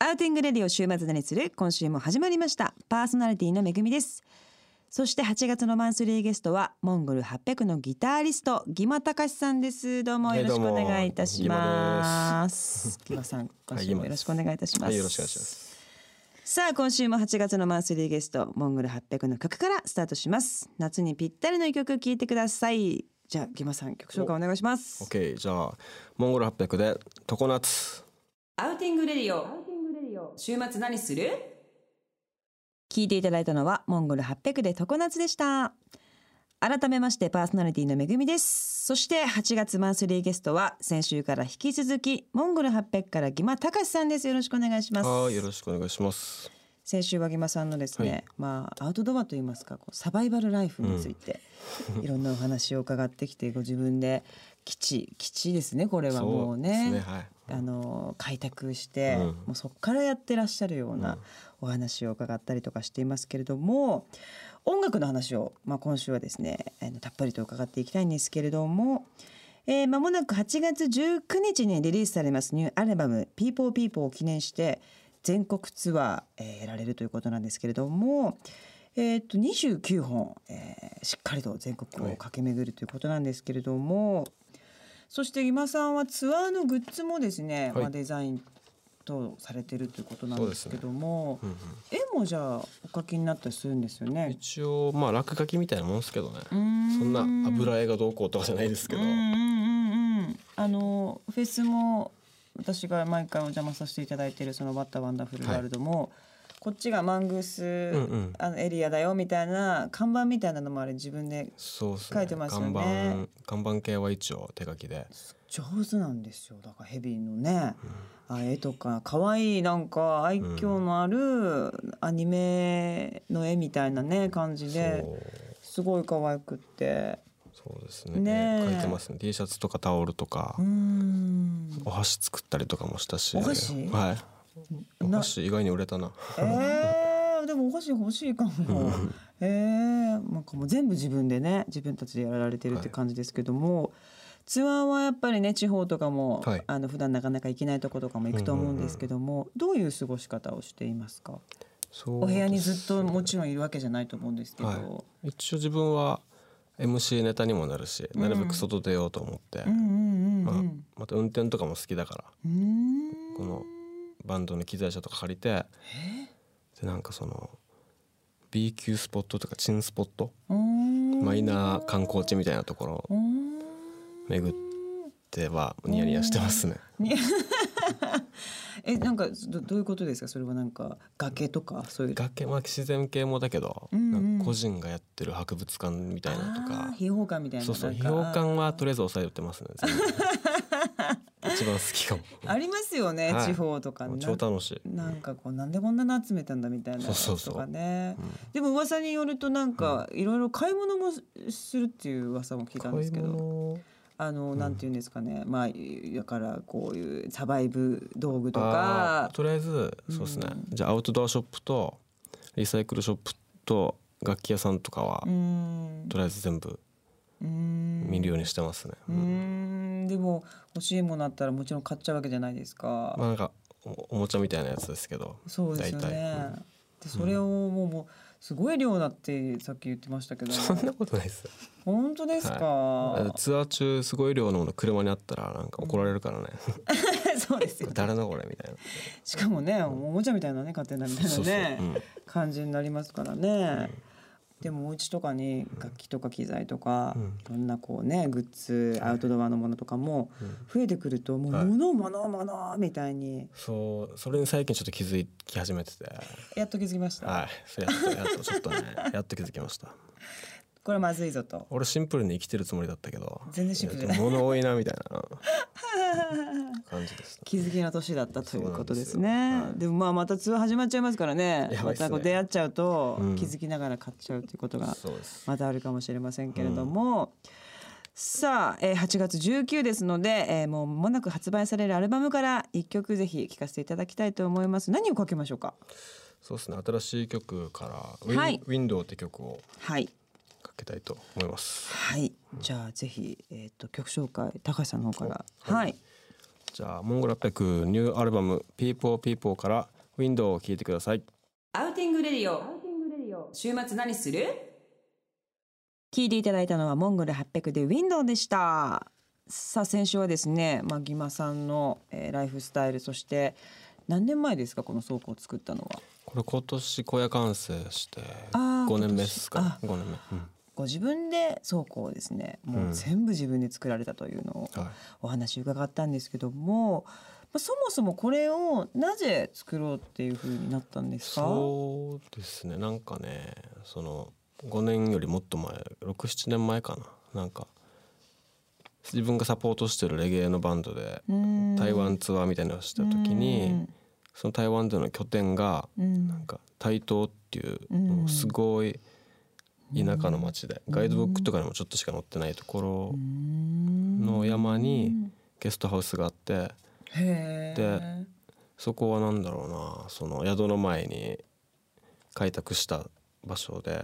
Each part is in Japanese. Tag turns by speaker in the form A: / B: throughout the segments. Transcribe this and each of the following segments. A: アウティングレディオ週末何する今週も始まりましたパーソナリティのめぐみですそして8月のマンスリーゲストはモンゴル800のギタリストギマたかしさんですどうもよろしくお願いいたしますギマさん今週もよろしくお願いいたします、
B: はい、よろしくお願いします。
A: さあ今週も8月のマンスリーゲストモンゴル800の曲からスタートします夏にぴったりの一曲聴いてくださいじゃあギマさん曲紹介お願いします
B: OK、じゃあ、モンゴル800で、常夏。
A: アウティングレディオ週末何する聞いていただいたのはモンゴル800で常夏でした改めましてパーソナリティのめぐみですそして8月マンスリーゲストは先週から引き続きモンゴル800からギマたかしさんですよろしくお願いします
B: はい、よろしくお願いします。
A: 先週はギマさんのですね、
B: はい
A: まあアウトドアといいますかこうサバイバルライフについて、いろんなお話を伺ってきてご自分で基地基地ですねこれはもう
B: です
A: ね
B: ね、はい。
A: あの開拓して、
B: うん
A: もうそこからやってらっしゃるようなお話を伺ったりとかしていますけれども音楽の話を、まあ、今週はですねあのたっぷりと伺っていきたいんですけれども。えー、間もなく8月19日にリリースされますニューアルバム「People People」を記念して全国ツアー、えーやられるということなんですけれども、えー、と29本、えーしっかりと全国を駆け巡るということなんですけれども、そして今さんはツアーのグッズもですね、
B: はい
A: まあ、デザインとされてるということなんですけども、
B: うんうん
A: 絵もじゃあお描きになったりするんですよね。
B: 一応、まあ、落書きみたいなもんですけどね。
A: そ
B: そん
A: ん
B: な油絵がどうこうとかじゃないですけど。
A: うんう
B: は
A: んうんうんあのフェスも私が毎回お邪魔させていただいているその「バッタワンダフルワールドも」こっちがマングース、
B: ん
A: あのエリアだよみたいな看板みたいなのもあれ自分で
B: そうです
A: 書
B: ね。
A: いてますよね
B: 看板、看板系は一応手書きで。
A: 上手なんですよだからヘビーのね、あ絵とか可愛いなんか愛嬌のあるアニメの絵みたいなね感じ
B: そ
A: で
B: う。
A: すごい可愛くって
B: そうですね。
A: ねえ
B: 書いてますね。T シャツとかタオルとか
A: うー。ん
B: お箸作ったりとかもしたし。
A: お箸
B: はい。お
A: な
B: 箸意外に売れたな。
A: えー、でもお菓子欲しいかも。えー、なんかもう全部自分でね自分たちでやられてるって感じですけども、ツアーはやっぱりね地方とかも、
B: はい
A: あの普段なかなか行けないとことかも行くと思うんですけども、どういう過ごし方をしていますか
B: そう
A: お部屋に
B: です
A: ずっともちろんいるわけじゃないと思うんですけど、
B: はい、一応自分は MC ネタにもなるし、なるべく外出ようと思って、
A: うんうんうんう
B: まあ
A: ん、
B: また運転とかも好きだから
A: うーん
B: このバンドの機材車とか借りてでなんかその B 級スポットとかチンスポット
A: うーん
B: マイナー観光地みたいなところ
A: うー
B: を
A: ん
B: 巡ってはニヤニヤしてますね。
A: えなんかどどういうことですかそれはなんか崖とかそういう
B: 崖まあ自然系もだけど、
A: うんうん
B: なんか個人がやってる博物館みたいなと
A: あー
B: か
A: 批評館みたいな
B: そうそう
A: なん
B: 批
A: か
B: 評館はとりあえず抑えてますね 全部一番好きかも。
A: ありますよね、
B: はい
A: 地方とか
B: もう
A: ね
B: 超楽しい。
A: なんかこうなんでこんなの集めたんだみたいな
B: そうそう
A: と
B: そう
A: かねでも噂によるとなんかいろいろ買い物もするっていう噂も聞いたんですけ
B: 買い
A: ど
B: 物
A: あのなんていうんですかねまあだからこういうサバイブ道具と
B: あ
A: か
B: ーとりあえずそうですね、じゃあアウトドアショップとリサイクルショップと楽器屋さんとかは、
A: うーん
B: とりあえず全部
A: うーん
B: 見るようにしてますね、
A: うーんでも欲しいものあったらもちろん買っちゃうわけじゃないですか。
B: まあなんかおおもちゃみたいなやつですけど
A: そうですよ
B: 大体
A: ね。でそれをもうもうすごい量だってさっき言ってましたけど、
B: そんなことないですよ
A: 本当ですか。
B: あツアー中すごい量のもの車にあったらなんか怒られるからね
A: そうですよ。
B: 誰のこれみたい
A: しかもね、おもちゃみたいなね、勝手なみたいな
B: そうそう
A: ね
B: うん、
A: 感じになりますからね。でもお家とかに楽器とか機材とか、いろんなこうねグッズアウトドアのものとかも増えてくるともう
B: はい
A: 物物物みたいに
B: なそうそれに最近ちょっと気づき始めてて
A: やっと気づきました
B: はいそれやっとやっとちょっとねやっと気づきました
A: これまずいぞと
B: 俺シンプルに生きてるつもりだったけど
A: 全然シンプルじゃ
B: い
A: な
B: や
A: い
B: でも物多いなみたいな感じですね
A: 気づきの年だったということです
B: そう
A: ね
B: な
A: で
B: んですよはい
A: もまあまたツアー始まっちゃいますからね
B: やばい
A: ま
B: っすね
A: たこう出会っちゃうと
B: うん
A: 気づきながら買っちゃうということが
B: そうです
A: またあるかもしれませんけれども、さあ、えー、8月19ですので、えー、もう間もなく発売されるアルバムから一曲ぜひ聴かせていただきたいと思います何をかけましょうか
B: そうですね新しい曲からウィン、
A: はい
B: ウィンドウって曲を
A: はい
B: かけたいと思います
A: はいじゃあぜひ、えー、と曲紹介高橋さんの方からはい、
B: じゃあモンゴル800ニューアルバム「People People」からウィンドウを聞いてください
A: アウティングレディオ週末何する聞いていただいたのはモンゴル800でウィンドウでしたさあ先週はですねまあギマさんの、えーライフスタイルそして何年前ですかこの倉庫を作ったのは
B: これ今年小屋完成して
A: あー
B: 5年目です
A: 今
B: か5年目、
A: ご自分で倉庫をですねもう全部自分で作られたというのを
B: うんはい、
A: お話伺ったんですけども、まあ、そもそもこれをなぜ作ろうっていうふうになったんですか
B: そうですねなんかねその5年よりもっと前67年前かななんか自分がサポートしてるレゲエのバンドで
A: うん
B: 台湾ツアーみたいなのをした時にその台湾での拠点が
A: うん
B: なんか台東っていう
A: うん
B: もうすごい田舎の町でガイドブックとかにもちょっとしか載ってないところの山にゲストハウスがあって
A: へえ
B: でそこはなんだろうなその宿の前に開拓した場所で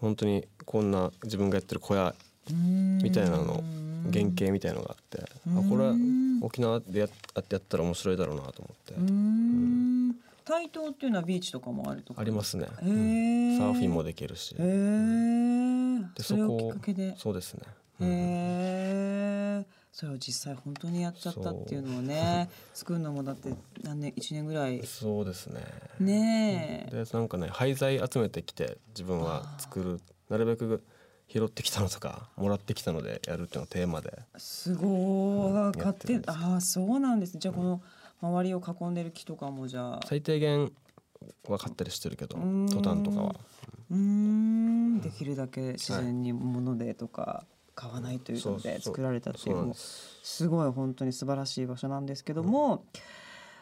B: 本当にこんな自分がやってる小屋みたいなの原型みたいのがあってあこれは沖縄でややってやったら面白いだろうなと思って
A: うん台東っていうのはビーチとかもあるとか
B: ありますね、
A: へえ
B: サーフィンもできるし、
A: へえ
B: で
A: そ
B: そ
A: れをきっ
B: こ
A: かけで
B: そうですね、うん
A: へえそれを実際本当にやっちゃったっていうのをね作るのもだって何年1年ぐらい
B: そうですね
A: ねえ
B: でなんかね廃材集めてきて自分は作るなるべく拾ってきたのとかもらってきたのでやるっていうのをテーマです
A: ご
B: う
A: い買っ
B: ん
A: て
B: やってるんです
A: ああそうなんですねじゃあこの周りを囲んでる木とかもじゃあ
B: 最低限分かったりしてるけど
A: うん
B: トタンとかは
A: うーんできるだけ自然に物でとか買わないというの
B: そうそ
A: で
B: う
A: 作られたってい
B: そう
A: う
B: なん
A: もう
B: です
A: すごい本当に素晴らしい場所なんですけども、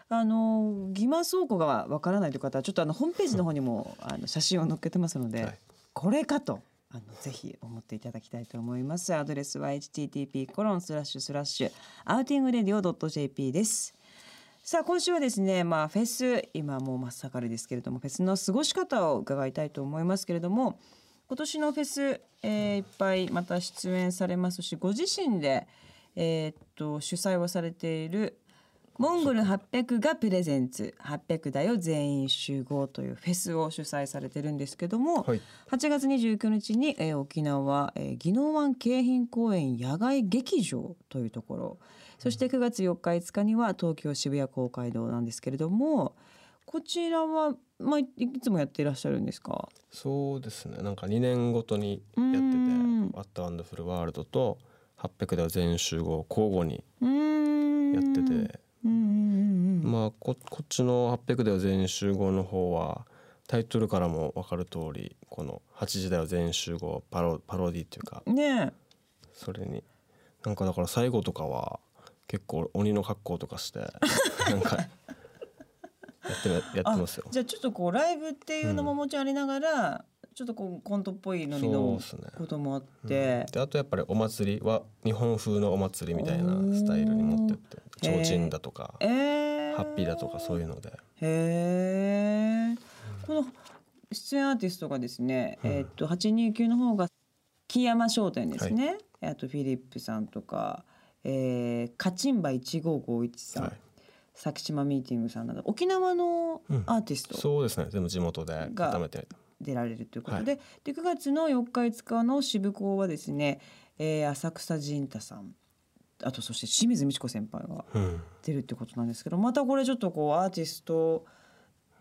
A: あの義馬倉庫がわからないという方はちょっとあのホームページの方にもあの写真を載っけてますので、
B: はい
A: これかとあのぜひ思っていただきたいと思いますアドレスは http コロンスラッシュスラッシュアウティングレディオ .jp ですさあ今週はですね、まあ、フェス今もう真っ盛りですけれどもフェスの過ごし方を伺いたいと思いますけれども今年のフェス、えーいっぱいまた出演されますしご自身で、えーっと主催をされているモンゴル800がプレゼンツ800だよ全員集合というフェスを主催されてるんですけども、
B: はい
A: 8月29日に、えー沖縄、えー、宜野湾京浜公園野外劇場というところそして9月4日5日には東京渋谷公会堂なんですけれどもこちらは、まあ、いいつもやっていらっしゃるんですか
B: そうですねなんか2年ごとにやって
A: う
B: て
A: ん
B: 「ワットアンドフルワールド」と「800」では全集合を交互に
A: うーん
B: やってて
A: うんうんうんうん
B: まあここっちの800では全員集合の方はタイトルからも分かる通りこの8時だよ全員集合パロパロディっていうか
A: ね
B: それになんかだから最後とかは結構鬼の格好とかして なんかやってやって
A: あ
B: ますよ。
A: じゃあちょっとこうライブっていうのも
B: うん
A: もちろんありながら、ちょっとこうコントっぽいのに
B: そう
A: の
B: ですね。
A: こともあって、
B: であとやっぱりお祭りは日本風のお祭りみたいなスタイルに持ってって
A: おー
B: 提灯だとか
A: えー、
B: ハッピーだとかそういうので
A: へえ。この出演アーティストがですね、
B: うん
A: えーっと八二九の方が木山商店ですね。あとフィリップさんとか、えー、カチンバ一五五一さん、
B: はい
A: 佐久島ミーティングさんなど沖縄のアーティスト
B: そうですね全部地元で固めて
A: 出られるということで、で9月の4日5日の渋港はですね、えー、浅草仁太さん、あとそして清水美智子先輩が
B: うん
A: ってるってことなんですけどまたこれちょっとこうアーティスト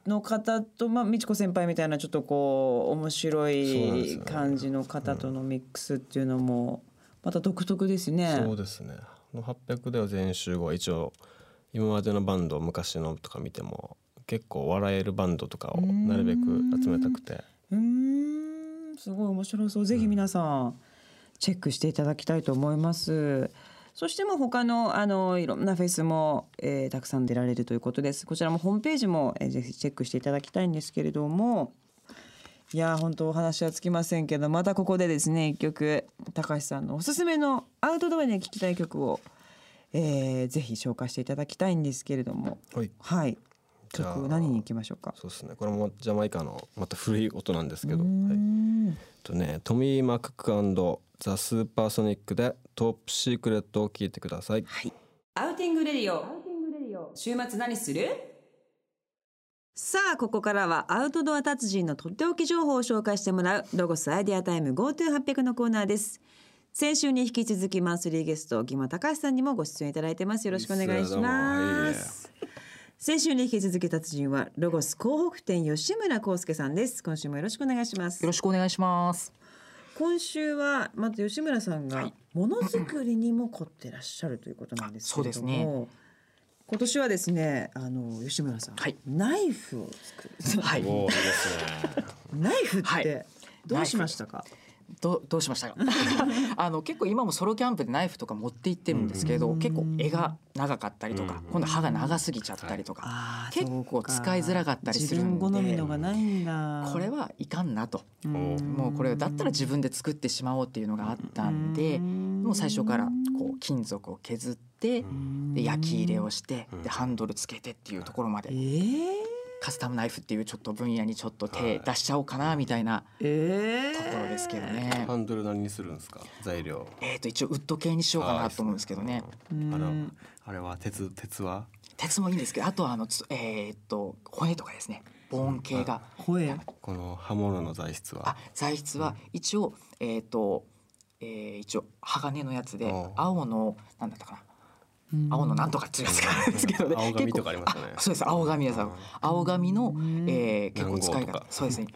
A: の方と、まあ、美智子先輩みたいなちょっとこう面白
B: そうなんで
A: い
B: すよね
A: 感じの方とのミックスっていうのもまた独特ですね。
B: そうですね。この800では全集合は一応今までのバンド昔のとか見ても結構笑えるバンドとかをなるべく集めたくて
A: うーんすごい面白そうぜひ皆さんチェックしていただきたいと思います。そしてもう他のあのいろんなフェスも、えーたくさん出られるということです。こちらもホームページも、えーぜひチェックしていただきたいんですけれどもいやー本当お話はつきませんけどまたここでですね一曲高橋さんのおすすめのアウトドアで聴きたい曲を、えーぜひ紹介していただきたいんですけれども
B: はい
A: はい
B: じゃあ
A: 曲何に行きましょうか。
B: そうですねこれもジャマイカのまた古い音なんですけど、
A: うー
B: はい、えっ
A: ん
B: とねトミー・マクックザ・スーパーソニックでトップシークレットを聞いてください。
A: アウティングレディオ週末何するさあここからはアウトドア達人のとっておき情報を紹介してもらうロゴスアイデアタイム GoTo800 のコーナーです先週に引き続きマンスリーゲスト木間隆さんにもご出演いただいてますよろしくお願いします先週に引き続き達人はロゴス広北店吉村康介さんです今週もよろしくお願いします
C: よろしくお願いします。
A: 今週はまず吉村さん
C: は
A: が
C: い
A: ものづくりにも凝ってらっしゃるということなんですけれども、
C: あそう
A: 今年はですねあの吉村さん、
C: はい
A: ナイフを作る
C: はい。
B: おーいいですね。
A: ナイフっ
C: はいナ
A: てどうしましたか、
C: どうどうしましたか。あの結構今もソロキャンプでナイフとか持って行ってるんですけど、
A: うん
C: 結構柄が長かったりとか、
B: うん
C: 今度歯が長すぎちゃったりとか、
A: あー
C: 結構使いづらかったりするんで
A: そうか自分好みのがないんだ
C: これはいかんなと、
A: うん
C: もうこれだったら自分で作ってしまおうっていうのがあったんで、もう最初からこう金属を削って。
A: ん
C: で焼き入れをして、
B: うん
C: でハンドルつけてっていうところまで、
A: えー、
C: カスタムナイフっていうちょっと分野にちょっと手出しちゃおうかなみたいな
A: え
C: と
A: ー、
C: ころですけどね。
B: ハンドル何にするんですか材料。
C: えー、と一応ウッド系にしようかなと思うんですけどね
B: あ
A: う
B: の
A: ん
B: あれは鉄鉄は
C: 鉄もいいんですけどあとはあのつえー、と骨とかですねボーン系が
A: 声
B: この刃物の材質
C: あ
B: は。
C: 材質は一応えっ、と、えー一応鋼のやつで
B: おう
C: 青のなんだったかな青のなんとかっていうやつがあるんですけどね
B: 青髪とかありますよね
C: 結構そうです青髪です
B: うん
C: 青髪の、えー結構使い
B: 軟合と
C: 方
B: か
C: そうですね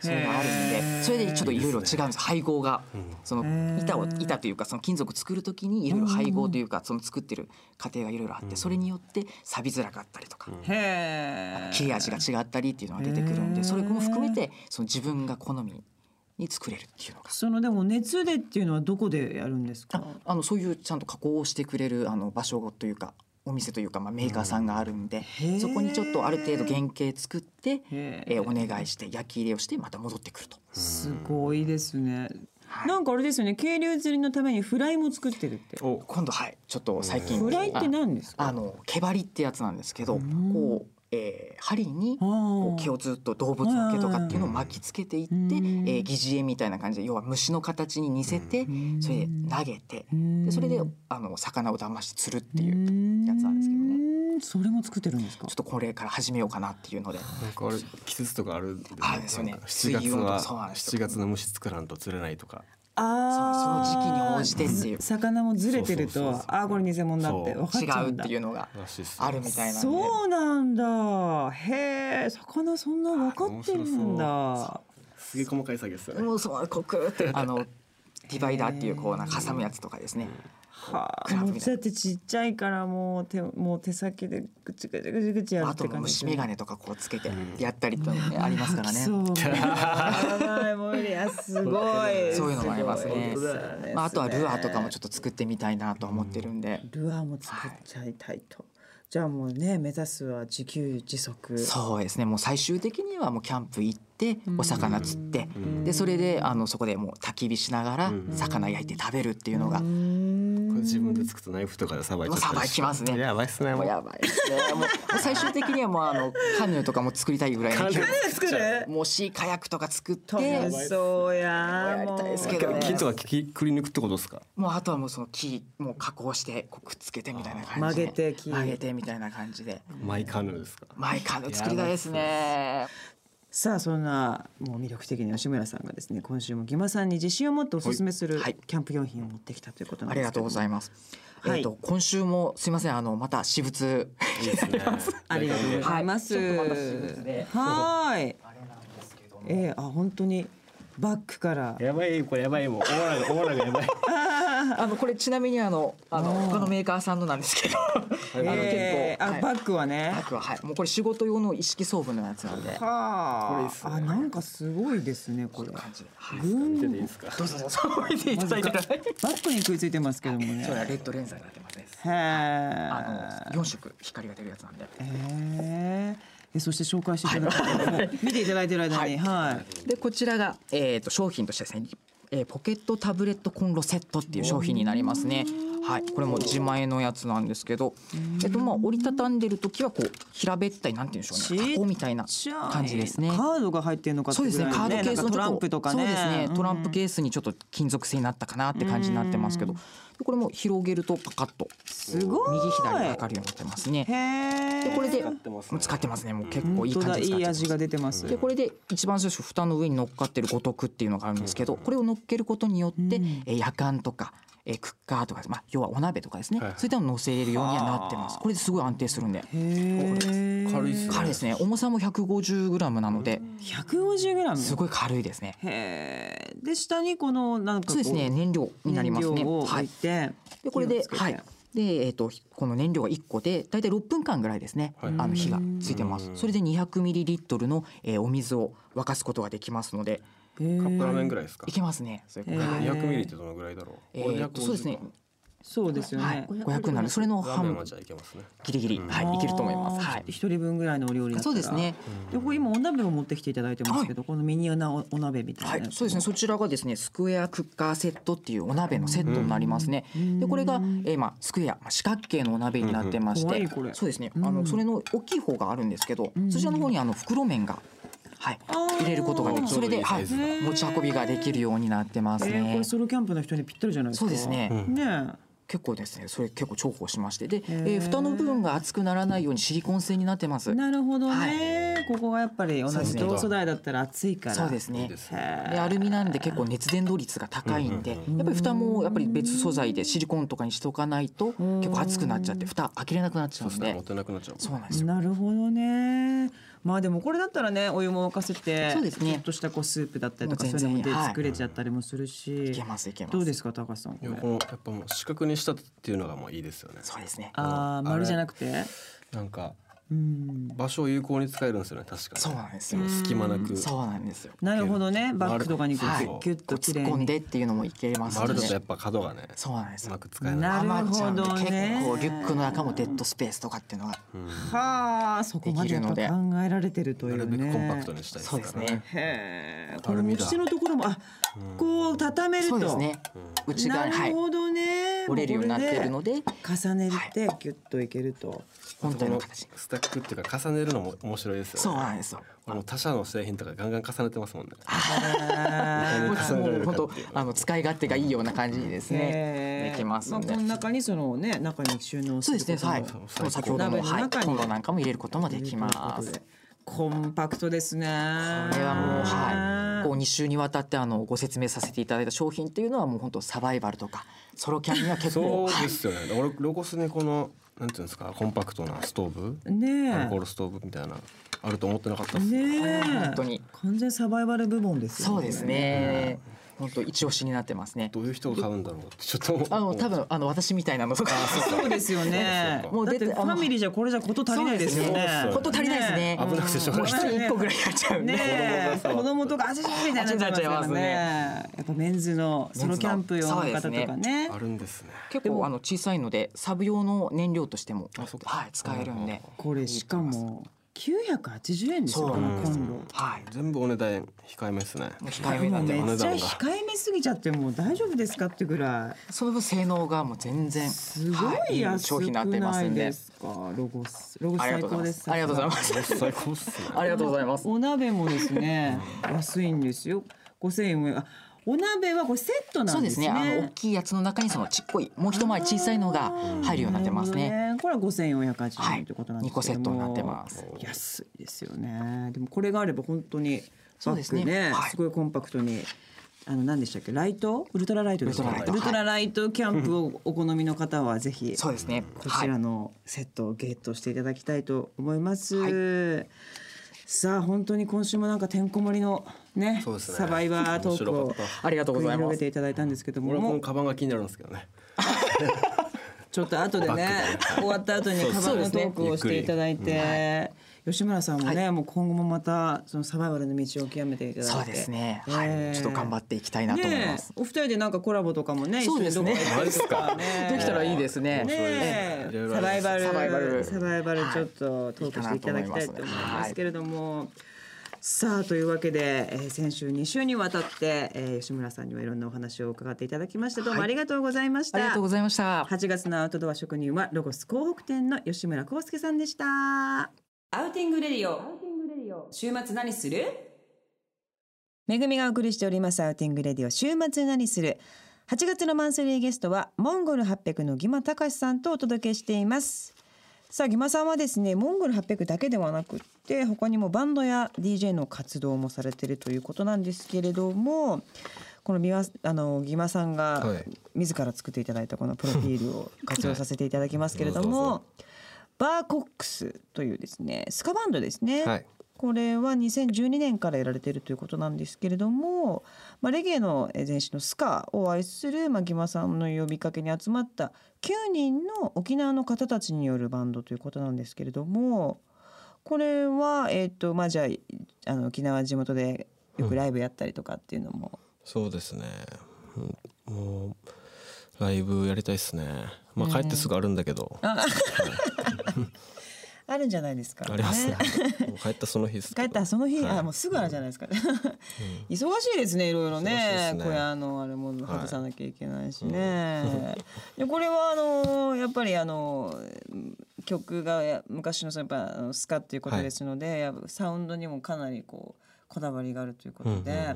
C: そういうのがあるん
A: へー
C: でそれでちょっといろいろ
B: いいで
C: 違うんですす
B: ね
C: 配合が
B: うん
C: その
A: へー
C: 板を板というかその金属作るときにいろいろ配合というかその作ってる過程がいろいろあっ
B: うん
C: てそれによって錆びづらかったりとか
B: うん
A: へえ
C: 切れ味が違ったりっていうのが出てくるんでそれも含め
A: へ
C: てその自分が好みに作れるっていうのが
A: そのでも熱でっていうのはどこでやるんですか
C: ああのそういうちゃんと加工をしてくれるあの場所というかお店というか、まあ、メーカーさんがあるんで、
A: へー
C: そこにちょっとある程度原型作って、
A: へー
C: えーお願いして焼き入れをしてまた戻ってくると。
A: すごいですね
C: はい
A: なんかあれですよね渓流釣りのためにフライも作ってるって
B: お
C: 今度はいちょっと最近
A: フライって何です
C: あ
A: か
C: あの毛針ってやつなんですけど
A: ん
C: こう、えー針に
A: あ
C: こ
A: ー
C: う毛をずっと動物の毛とかっていうのを巻きつけていって、え
A: うん
C: ー疑似餌みたいな感じで要は虫の形に似せて
A: ん
C: それで投げて
A: うん
C: でそれであの魚を騙して釣るっていう
A: う
C: やつなんですけどね
A: ねそれも作ってるんですか
C: ちょっとこれから始めようかなっていうので
B: なんかあれ季節とかあるんで
C: あるんですよね
B: なんか7
C: 水
B: 月
C: 温とか
B: は
C: そうなんですよ
B: 7月の虫作らんと釣れないとか。
A: あー
C: そうその時期に応じてっていう
A: ず魚もずれてる
B: そうそう
A: と
B: そう
A: あーこれ偽物だって
B: そう
A: 分かっ
C: 違
A: ちゃう
C: うんっ
A: だ
C: ていうのが
B: らしいっすね
C: あるみたいなんで
A: そうなんだへえ魚そんな分かってるんだ
B: すげえ細かい作業ですよね。
C: もうそうこうくーってあのディバイダーっていうこうなんか挟むやつとかですね
A: はあ
C: クラブ
A: も
C: み
A: う
C: たいな
A: だってちっちゃいからもう手もう手先でぐちぐちぐちぐちやる
C: あ
A: っ
C: と
A: て感じ
C: 虫眼鏡とかこうつけてやったりとかねありますからね。
A: そうない無理やす ごい
C: そういうのもありますね
A: ごいですね
C: まあ、あとはルアーとかもちょっと作ってみたいなとは思ってるんで、
A: ルアーも作っちゃいたいと、じゃあもうね目指すは自給自足
C: そうですねもう最終的にはもうキャンプ行ってお魚釣って、でそれであのそこでもう焚き火しながら
B: うん
C: 魚焼いて食べるっていうのが、も
B: これ自分で作ったナイフとかでさばいちゃったりして
C: さばきますね
B: やばいっすね。
C: うやばいですねもう最終的にはもうあのカヌーとかも作りたいぐらいの
B: カヌー
A: 作る
C: もうシーカヤックとか作って
A: 楽しそうや
C: やりたいですけどね
B: 木とか切りくり抜くってことですか。
C: もうあとはもうその木もう加工してこうくっつけてみたいな感じで
A: 曲げて木
C: 曲げてみたいな感じで
B: マイカヌーですか。
C: マイカヌー作りたいですね。
A: さあそんなもう魅力的な吉村さんがですね今週もギマさんに自信を持っておすすめする
C: はい
A: キャンプ用品を持ってきたということな
C: あ
A: んで
C: り
A: す
C: が
A: けど
C: とうご
A: も
C: ざいます。
A: はい
C: えっと今週もすいませんあのまた私物
B: いいですね。
A: ありがとうございます。
C: はいちょっと私物で
A: はーい。
C: あれなんですけども
A: えー、あ本当にバッグから。
B: やばいこれやばいもうオーラがオーラがやばい。
C: あのこれちなみにあのあの
A: あー
C: 他のメーカーさんのなんですけどあの結構、
A: えーあ
C: はい
A: バッグはね。
C: バッグははいもうこれ仕事用の意識装具のやつなんでこ
A: は
B: これいい
A: あ
B: っ。すね
A: あなんかすごいですねこ
C: うい
A: れ
C: う。感じで、はい、
A: 軍
B: 見て
A: バ
B: ていいですか。
C: どうぞどうぞ見ていただいてください。
A: ッグに食いついてますけどもね。
C: そうだレッドレンズがなってますね。
A: へえ。
C: あの四色光が出るやつなんで。
A: えーえそして紹介していただくと、もう見ていただいてる間に、はい。
C: でこちらが、えー、と商品としてですね、えーポケットタブレットコンロセットっていう商品になりますね。はい、これも自前のやつなんですけど、えっとまあ折りたたんでる時はこう平べったいなんて言うんでしょ
A: ち
C: う
A: っ
C: ね、箱みたいな
A: じゃあ
C: 感じですね。
A: カードが入ってるのかって
C: そう
A: ぐ
C: で
A: らい
C: すね。カードケース
A: なんか
C: の
A: ト
C: ちょ
A: ラ
C: っと
A: ンプとかね。
C: そうですね。トランプ
A: ー
C: ケースにちょっと金属製になったかなって感じになってますけど、でこれも広げるとパカッと
A: ス。すごい。
C: 右左分かるようになってますね。
A: へえ。
C: でこれで
B: 使ってますね
C: 使ってますね。もう結構
A: 本
C: いい
A: 当
C: 感
A: だ
C: じ
A: い
C: で
A: い
C: 使ってます
A: 味。が出てます。
C: でこれで一番最初蓋の上に乗っかってる五徳っていうのがあるんですけどこれを乗っけることによって、
A: うん
C: えー夜間とか、えークッカーとか、まあ、要はお鍋とかですね、
B: はいはい
C: そういったのを乗せれるようにはなってます
A: はあ
C: これですごい安定するんで
A: へえ。
B: 軽いっすね
C: 軽いですね重さも 150g なので
A: 百五十グラム。
C: すごい軽いですね
A: へえ。で下にこのなんかこ
C: そうですね燃料になり
A: 燃料
C: ますね
A: を
C: は
A: 置い
C: い
A: て。
C: でこれ
A: 火
C: で
A: をつけて
C: はいでえー、とこの燃料が1個で大体6分間ぐらいですね、
B: はい
C: あの火がついてます
B: うん
C: それで 200ml の、えーお水を沸かすことができますので
A: へえ
B: カップラーメンぐらいですか
C: いけますねそれ
A: へー
B: 2 0 0ミリってどのぐらいだろう、
C: えー
B: 俺
C: そうですね
A: そうですよ
C: は
A: ね
C: い。、500になるそれの
B: ラーメン
C: 半
B: はじゃあいけますね
C: ギリギリ、
B: うん
C: はい、いけると思います。は
A: あー
C: い、
A: 一人分ぐらいのお料理だったら
C: そうですね。
A: でここ今お鍋を持ってきていただいてますけど、このミニおなおお鍋みたいな
C: は
A: や
C: い、
A: つ
C: そうですね。そちらがですね、スクエアクッカーセットっていうお鍋のセットになりますね。で、これが、えー、まあ、スクエア、まあ、四角形のお鍋になってまし
A: うん
C: て、
A: うん怖いこれ
C: そうですね。あ
A: ん
C: の、それの大きい方があるんですけど、そちらの方にあの袋麺が。はい
A: あー、
C: 入れることができ、それで、は
B: へ
C: い、
A: ー
C: 持ち運びができるようになってます
A: えーこ
C: ね
A: れ。ソロキャンプの人にぴったりじゃないですか
C: そうですね。
B: うん
A: ね
C: 結構ですね、それ結構重宝しまして、で、え
A: へー
C: ー蓋の部分が厚くならないようにシリコン製になってます
A: え。なるほどね、ここがやっぱり同
C: そうで
A: じ
C: すね
A: 同世代だったら暑いから
C: そうです
B: いい
C: ね
B: で。すね
A: へ
C: でアルミなんで結構熱伝導率が高いんで、やっぱり蓋もやっぱり別素材でシリコンとかにしておかないと結構熱くなっちゃって蓋開けれなくなっち
B: そう
C: ゃ
B: し
C: ん
B: たら
C: で
B: 持てなくなっちゃう
C: そうなんです
A: え
C: よ
A: なるほどねまあでもこれだったらねお湯も沸かせて
C: そうですね
A: ちょっとしたこうスープだったりとか
C: も
A: そう
C: う全
A: いう
C: 然
A: のもで
C: はい
A: 作れちゃったりもするし、
C: いけますいけます
A: どうですか高橋さんこ
B: い
A: れ
B: やこのやっぱもう四角にしたっていうのがもういいですよね
C: そうですね
A: ああ
B: あの
A: 丸じゃなくて
B: なんか
A: うん
B: 場所を有効に使えるんですよね確かに
C: そうなんです
B: で
C: よ
B: も隙間なく
C: そうなんですよ
A: なるほどねバッグとかにこう
B: はい
A: キュッと綺
C: 突
A: 麗
C: っ込ん
A: に
C: でっていうのもいけます
B: 丸
C: の
B: だとや
C: で
B: っぱ角がね
C: そうなんです
B: うま
C: よ
B: く使えない
A: なる
C: 余っ
A: ほ
C: ちゃ
A: ど
C: うん
A: ね
C: で結構リュックの中もデッドスペースとかっていうのが
A: はあそこまでやっぱ考
C: できる
A: えられてるとい
B: なる
A: う
B: べ
A: ね
B: くコンパクトにしたい
C: そうです
B: から
C: ね
A: へえこ
B: ア
A: の
B: ル
A: 持
B: ミだ
A: ち手のところもあこう畳める
C: そうで
A: と
C: すね内側
A: な
C: には
A: る
C: い
A: ほどね
C: 折れるようになってるの
A: で
C: で
A: 重ねてギュッといける と
C: 本
B: こ
C: 体の
B: の
C: 形に
B: スタックっていうか重ねるのも面白いです
C: そう
B: よね
C: なんですよ
B: 俺もう他社の製品とかガンガン重ねてますもんね
A: へ
B: 重ねられるかっ
C: もう本
B: ていう
C: 当あの使い勝手がいいような感じにですね、
A: え
C: できますんで
A: あこの中にそのね中に収納
C: そうですね
A: ることも
C: はい
B: そう
C: 先ほどの、はい、
A: 鍋の中に
C: コンロなんかも入れることもできま
A: ということ
C: す
A: でコンパクトですねこ
C: これはもうはいこう
A: う
C: 2週にわたってあのご説明させていただいた商品っていうのはもう本当サバイバルとかソロキャンには結構
B: そう
C: はい
B: ですよね俺ロゴスにこのなんていうんですかコンパクトなストーブ
A: ね
B: アルコー
A: え
B: ルストーブみたいなあると思ってなかったっす
A: ねえ
C: 本当に
A: 完全サバイバル部門ですよ
C: そうですね本当一押しになってますね
B: どういう人が買うんだろうってちょっと思
C: あの多
B: 分
C: 分あの私みたいなのとか
A: そうですよね
B: そう
A: も
B: か
C: も
A: う
C: う
A: だっ
C: 出
A: て
C: て
A: ファミリーじゃこれじゃこと足りないですよ
C: そう
A: ね
B: ですよね
C: 本当足りないですね
B: 危なくてしょうが
C: もう
B: ない
C: 一人一個ぐらいやっちゃうんで、
A: ねえ
B: 子供がさ
A: 子供とか足しみたいになっちゃいますからねやっぱメンズのソロキャンプ用の方と
C: メンズ
A: か
C: の
A: ね
B: あるんですね
C: 結構あの小さいのでサブ用の燃料としても
B: あそうか
C: はい使えるんで
A: これしかも980円ですよ
C: そ
A: こ
C: うな
A: の
C: ん
A: コ
C: です
A: ンロ
C: はい
B: 全部お値段控えめですね
C: もう控えめなんで
A: もうめっちゃ
B: お値段が
A: 控えめすぎちゃってもう大丈夫ですかってぐらい
C: その分性能がもう全然
A: すご
C: はいいい
A: 安
C: 商
A: く
C: 品になってま
A: な
C: す
A: い
C: んで
A: ですかロゴスロゴス
C: ありが
A: 最
C: とう
A: 高
C: ござい
A: で
C: ますすありが
B: 最
C: とうございます
B: 高っすね
C: ありがとうございます
A: お鍋もですね安いんですよ5000円上あお鍋はこれセットな
C: そうん
A: で
C: ですす
A: ね
C: ねあの大きいやつの中にそのちっこいもう一回り小さいのが入るようになってます
A: な
C: ね
A: るほどこれは五千四百八
C: は
A: 十
C: い
A: 円ということなんで
C: 2
A: すけども。。
C: 個セットになってますす
A: 安いですよね。でもこれがあれば本当に
C: そうですね
A: バッグ
C: はい
A: すごいコンパクトに。あの何でしたっけライトウルトラライトですか
C: ウルトラライト
A: ウルトラライトキャンプをお好みの方はぜひ
C: そうですね
A: こ
C: は
A: ち
C: い
A: らのセットをゲットしていただきたいと思います。
C: は
A: さあ本当に今週もなんかてんこ盛りのね
B: そうですね
A: サバイバートーク
B: 面
A: を
B: 白かった
C: ありがとうござい
A: 繰り
C: ま
A: 広げ
C: す
A: ていただいたんですけども
B: 俺はこ
A: も
B: の
A: う
B: カバンが気になるんですけどね
A: ちょっと後で
B: バッ
A: ね
B: クで
A: 終わった後にカバンのトークをしていただい
B: そうで
A: て吉村さんもね、もう今後もまたそのサバイバルの道を極めていただいて
C: そうですねは
A: え
C: い
A: ー
C: ちょっと頑張っていきたいなと思いま
A: ね
C: す
A: えお二人でなんかコラボとかもね一
C: そ
A: 緒
C: うで
A: に
C: す
A: どこ
C: ね
A: か行ったりとかね
C: できたらいいですね
B: 面白い
A: ねえ
B: いろいろあ
A: サ
B: りま
A: バイ
B: す
A: バル
C: サバイバル
A: サバイバルちょっとトークしていただきたいと思い
C: はい
A: ますけれども、さあというわけで、えー先週2週にわたって、えー吉村さんにはいろんなお話を伺っていただきましたどうもありがとうございました、
C: ありがとうございました。
A: 8月のアウトドア職人はロゴス広北店の吉村康介さんでしたアウティングレディオ週末何するめぐみがお送りしておりますアウティングレディオ週末何する8月のマンスリーゲストはモンゴル800のギマたかしさんとお届けしていますさあギマさんはですねモンゴル800だけではなくって他にもバンドや DJ の活動もされているということなんですけれどもこのギマあのギマさんが
B: はい
A: 自ら作っていただいたこのプロフィールを活用させていただきますけれども、
B: はい
A: バーコックスというですねスカバンドですね、
B: はい
A: これは2012年からやられているということなんですけれども、まあ、レゲエの前身のスカを愛する、まあ、ギマさんの呼びかけに集まった9人の沖縄の方たちによるバンドということなんですけれどもこれは、えっとまあ、じゃああの沖縄地元でよくライブやったりとかっていうのも、
B: そうですね、うんもうライブやりたいですねまあ帰ってすぐあるんだけど、
A: あるんじゃないですか、
B: ありますねもう帰ったその日です
A: 帰
B: けど
A: ったらその日、
B: はい
A: あもうすぐあるじゃないですか、 忙しいですねいろいろ
B: 忙し
A: ね
B: いですね
A: 小屋のあれも
B: はい
A: 外さなきゃいけないしね、 でこれはあのやっぱりあの曲がや昔のそのやっぱあのスカっていうことですので、やっぱサウンドにもかなりこうこだわりがあるというこ
B: うんうん
A: と
B: うん
A: で、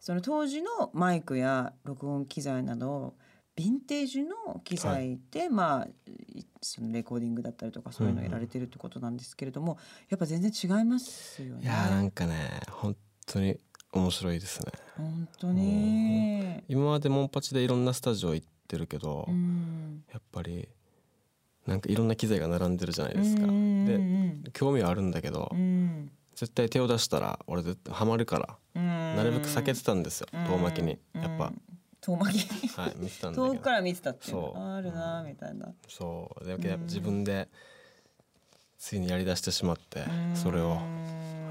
A: その当時のマイクや録音機材などヴィンテージの機材で、まあいそのレコーディングだったりとかそういうのをやられてるってことなんですけれども、やっぱ全然違いますよね。
B: いやーなんかね本当に面白いですね
A: 本当に。
B: 今までモンパチでいろんなスタジオ行ってるけど、
A: うん
B: やっぱりなんかいろんな機材が並んでるじゃないですか、
A: うんうんう
B: で
A: ん
B: 興味はあるんだけど、
A: うん
B: 絶対手を出したら俺絶対ハマるから、
A: うん
B: なるべく避けてたんですよ、
A: うん
B: 遠巻きにやっぱ、
A: 遠巻き
B: はい見てたんだ
A: 遠
B: け
A: く
B: ど
A: から見てたっていう
B: そ
A: の
B: う
A: ああるなみたいな
B: そうだけどやっぱ自分でついにやりだしてしまって、それを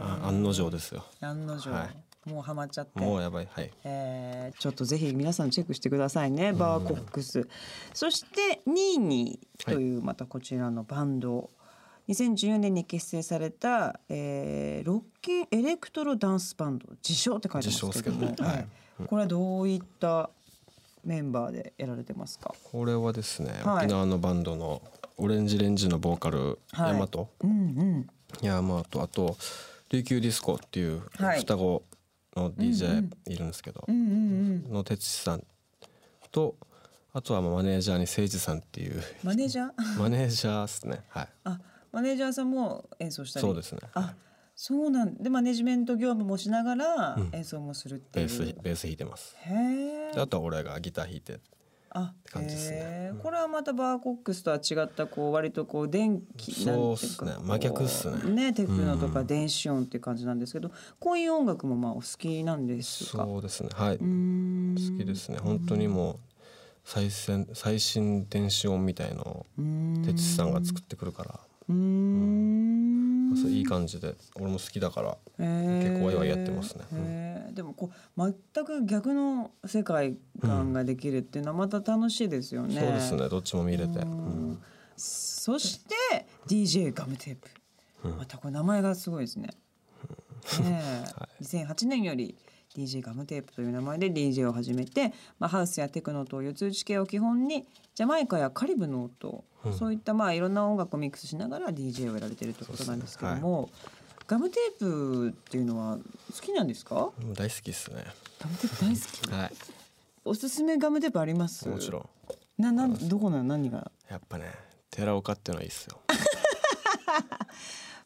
B: あ案の定ですよ
A: 案の定
B: は
A: もうハマっちゃって
B: もうやばいはい
A: えーちょっとぜひ皆さんチェックしてくださいねバーコックス、そしてニーニーというまたこちらのバンド、2014年に結成された、えーロッキンエレクトロダンスバンド自称って書いてますけども
B: 自称ですけどねはい
A: はいこれはどういったメンバーでやられてますか、
B: これはですね、
A: はい
B: 沖縄のバンドのオレンジレンジのボーカル、
A: はい
B: ヤマト
A: うん
B: ヤマトあと琉球ディスコっていう
A: はい
B: 双子の DJ いるんですけど、
A: うん、うんうんうん
B: の哲司さんとあとはまあマネージャーに誠司さんっ ていう
A: マネージャー
B: マネージャーですねはい
A: あマネージャーさんも演奏したり
B: そうですね
A: あそうなんでマネジメント業務もしながら演奏もするって
B: ベ
A: いう、
B: ースベース弾いてます
A: へえ
B: であとは俺がギター弾いて
A: あって
B: 感じですね
A: これはまたバーコックスとは違ったこう割とこう電気なんてい
B: そうっすね
A: かこ
B: 真逆っすね
A: テクノとか電子音っていう感じなんですけど、こういう音楽もまあお好きなんですか。
B: そうですねはいう
A: ーん
B: 好きですね本当にもう最先最新電子音みたいのを
A: うーん
B: 哲司さんが作ってくるから
A: うーん
B: そういい感じで俺も好きだから
A: 結
B: 結構ワイワイやってますねうん
A: でもこう全く逆の世界観ができるっていうのはまた楽しいですよね。
B: そうですねどっちも見れて、う
A: うん
B: ん、
A: そして DJ ガムテープ、またこれ名前がすごいですね。ねえ2008年より DJ ガムテープという名前で DJ を始めて、まあ、ハウスやテクノという通知系を基本にジャマイカやカリブの音、そういったまあいろんな音楽をミックスしながら DJ をやられてるということなんですけども、ガムテープっていうのは好きなんですか
B: もう大好きですね
A: ガムテープ大好き
B: は
A: おすすめガムテープあります
B: いもちろん
A: ななどこの何が
B: やっぱね寺岡っていうのはいいっすよ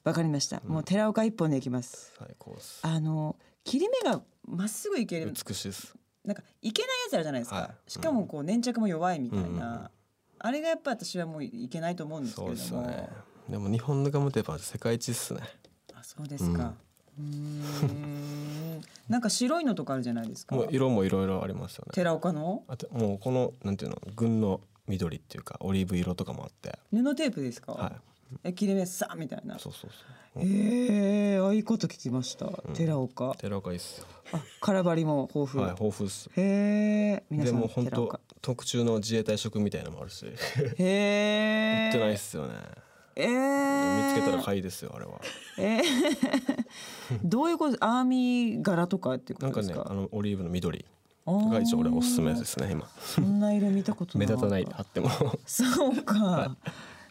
A: わかりました、もう寺岡一本でいきます
B: 最高っす
A: あの切り目がまっすぐいける
B: 美しいっす
A: なんかいけないやつあるじゃないですか、
B: はい
A: しかもこう粘着も弱いみたいな、
B: うんうんうん
A: あれがやっぱ私はもういけないと思うんですけ
B: そう
A: れ
B: で
A: ど
B: す
A: も
B: ねでも日本のガムテープは世界一っすね
A: あそうですか、うーんなんか白いのとかあるじゃないですか
B: もう色もいろいろありますよね
A: 寺岡の
B: あともうこのなんていうの群の緑っていうかオリーブ色とかもあって
A: 布テープですか、
B: は
A: え切れ目さみたいない
B: そうそうそう
A: ええー、あいいこと聞きました、寺岡
B: 寺岡いいっすよ
A: あ空張りも豊富、
B: はい豊富っす
A: へえ皆
B: で
A: さん
B: も本
A: 寺
B: 当
A: 岡
B: 特注の自衛隊食みたいなのもある し売っ
A: へえ
B: てないっすよね
A: えー、
B: 見つけたら買いですよあれは
A: えー どういうことアーミー柄とかっていうこ
B: なん
A: と
B: か
A: です
B: ね
A: か
B: あのオリーブの緑
A: あー
B: が一応俺おすすめですね今
A: そんな色見たことな
B: 目
A: い
B: 立たないあっても
A: そうか。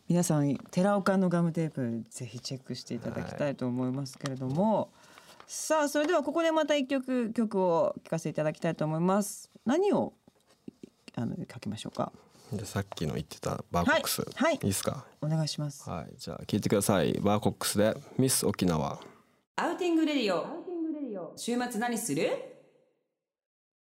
A: 皆さん寺岡のガムテープぜひチェックしていただきたいと思いますけれども、さあそれではここでまた一曲曲を聴かせていただきたいと思います。何をあの書きましょうか。
B: でさっきの言ってたバーコックス、
A: はいはい
B: いですか
A: お願いします。
B: はいじゃあ聞いてくださいバーコックスでミス沖縄
A: アウティングレディオ。週末何する？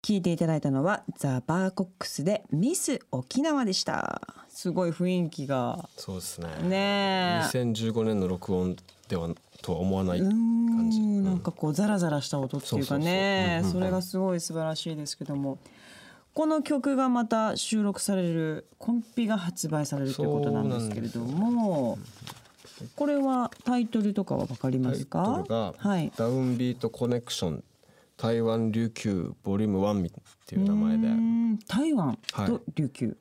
A: 聞いていただいたのはザバーコックスでミス沖縄でした。すごい雰囲気が
B: そうですね
A: ねえ。
B: 2015年の録音ではとは思わないう
A: ー
B: 感じうんん
A: なんかこうザラザラした音っていうかね
B: そうそうそううんうん
A: それがすごい素晴らしいですけどもこの曲がまた収録されるコンピが発売されるということなんですけれどもこれはタイトルとかはわかり
B: タ
A: ま
B: イ
A: す
B: ト
A: か
B: ルが
A: はい
B: 「ダウンビートコネクション台湾琉球ボリューム1」っていう名前
A: うー
B: で
A: ん台湾
B: はい
A: と琉球、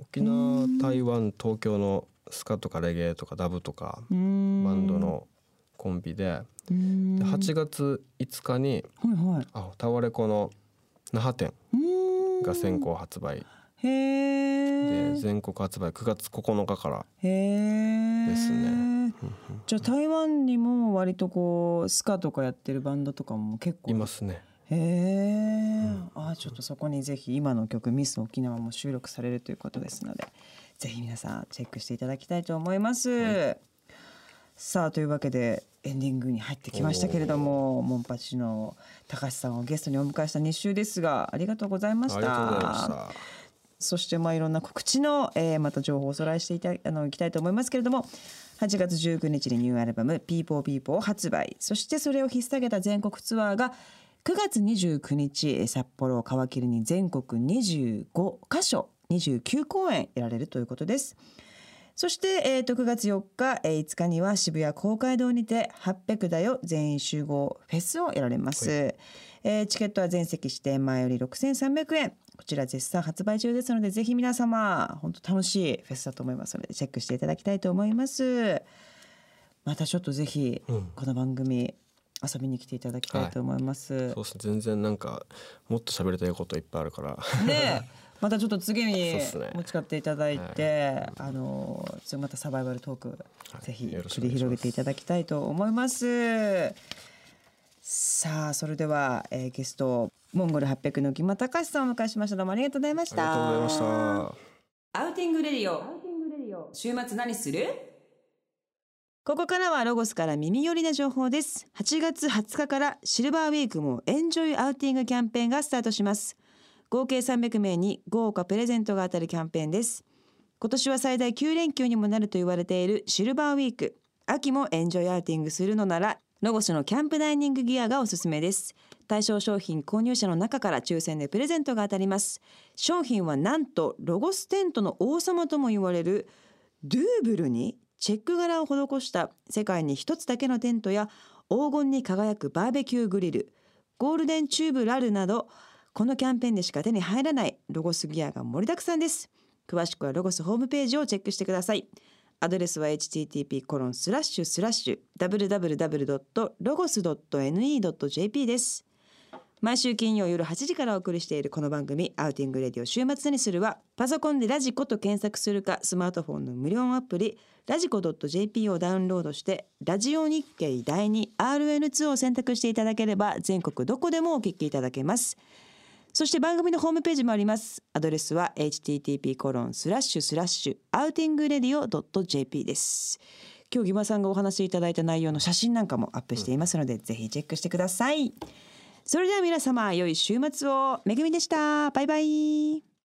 B: 沖縄台湾東京のスカとかレゲエとかダブとか
A: うーん
B: バンドのコンビで
A: うーん
B: で
A: はい
B: 8月5日に
A: はい
B: あタワレコの那覇店
A: うーん
B: が先行発売
A: へえ
B: で全国発売9月9日から
A: へえ
B: ですね
A: じゃあ台湾にも割とこうスカとかやってるバンドとかも結構
B: いますね。
A: へえ、あちょっとそこにぜひ今の曲「ミス沖縄」も収録されるということですのでぜひ皆さんチェックしていただきたいと思います。さあというわけでエンディングに入ってきましたけれどもモンパチの高橋さんをゲストにお迎えした2週ですがありがとうござい
B: あ
A: ま
B: り
A: し
B: がとうございま
A: た。
B: した。
A: そしてまあいろんな告知の、えーまた情報をおさらいしていたあのいきたいと思いますけれども8月19日にニューアルバム「ピーポーピーポー」を発売そしてそれを引っ提げた全国ツアーが9月29日えー札幌を皮切りに全国25カ所29公演やられるということです。そして、えー、と9月4日、えー5日には渋谷公会堂にて800だよ全員集合フェスをやられます、えーチケットは全席指定前より6300円こちら絶賛発売中ですのでぜひ皆様本当楽しいフェスだと思いますのでチェックしていただきたいと思いますまたちょっとぜひ
B: うん
A: この番組遊びに来ていただきたいと思います、
B: そうですね全然なんかもっと喋りたいこといっぱいあるから。
A: でまたちょっと次に
B: そうっすね
A: 持ち帰っていただいて、あのちょっとまたサバイバルトーク、
B: はい
A: ぜひ
B: よろし
A: 繰
B: くお願
A: り
B: いします
A: 広げていただきたいと思います。さあそれでは、えーゲストモンゴル800の木間隆さんをお迎えしましたどうもありがとうございまし
B: あり
A: た。
B: がとうございました。
A: アウティングレディオ。週末何するここからはロゴスから耳寄りな情報です。8月20日からシルバーウィークもエンジョイアウティングキャンペーンがスタートします。合計300名に豪華プレゼントが当たるキャンペーンです。今年は最大9連休にもなると言われているシルバーウィーク。秋もエンジョイアウティングするのなら、ロゴスのキャンプダイニングギアがおすすめです。対象商品購入者の中から抽選でプレゼントが当たります。商品はなんとロゴステントの王様とも言われるドゥーブルにチェック柄を施した世界に一つだけのテントや黄金に輝くバーベキューグリルゴールデンチューブラルなどこのキャンペーンでしか手に入らないロゴスギアが盛りだくさんです詳しくはロゴスホームページをチェックしてくださいアドレスは http コロンスラッシュスラッシュ www.logos.ne.jp です毎週金曜夜8時からお送りしているこの番組「アウティングレディオ週末にするは」パソコンで「ラジコ」と検索するかスマートフォンの無料アプリ「ラジコ .jp」をダウンロードして「ラジオ日経第 2RN2」を選択していただければ全国どこでもお聞きいただけます。そして番組のホームページもあります。アドレスは http コロンスラッシュスラッシュアウティングレディオ .jp です。今日ギマさんがお話しいただいた内容の写真なんかもアップしていますので、ぜひチェックしてください。それでは皆様良い週末をめぐみでした。バイバイ。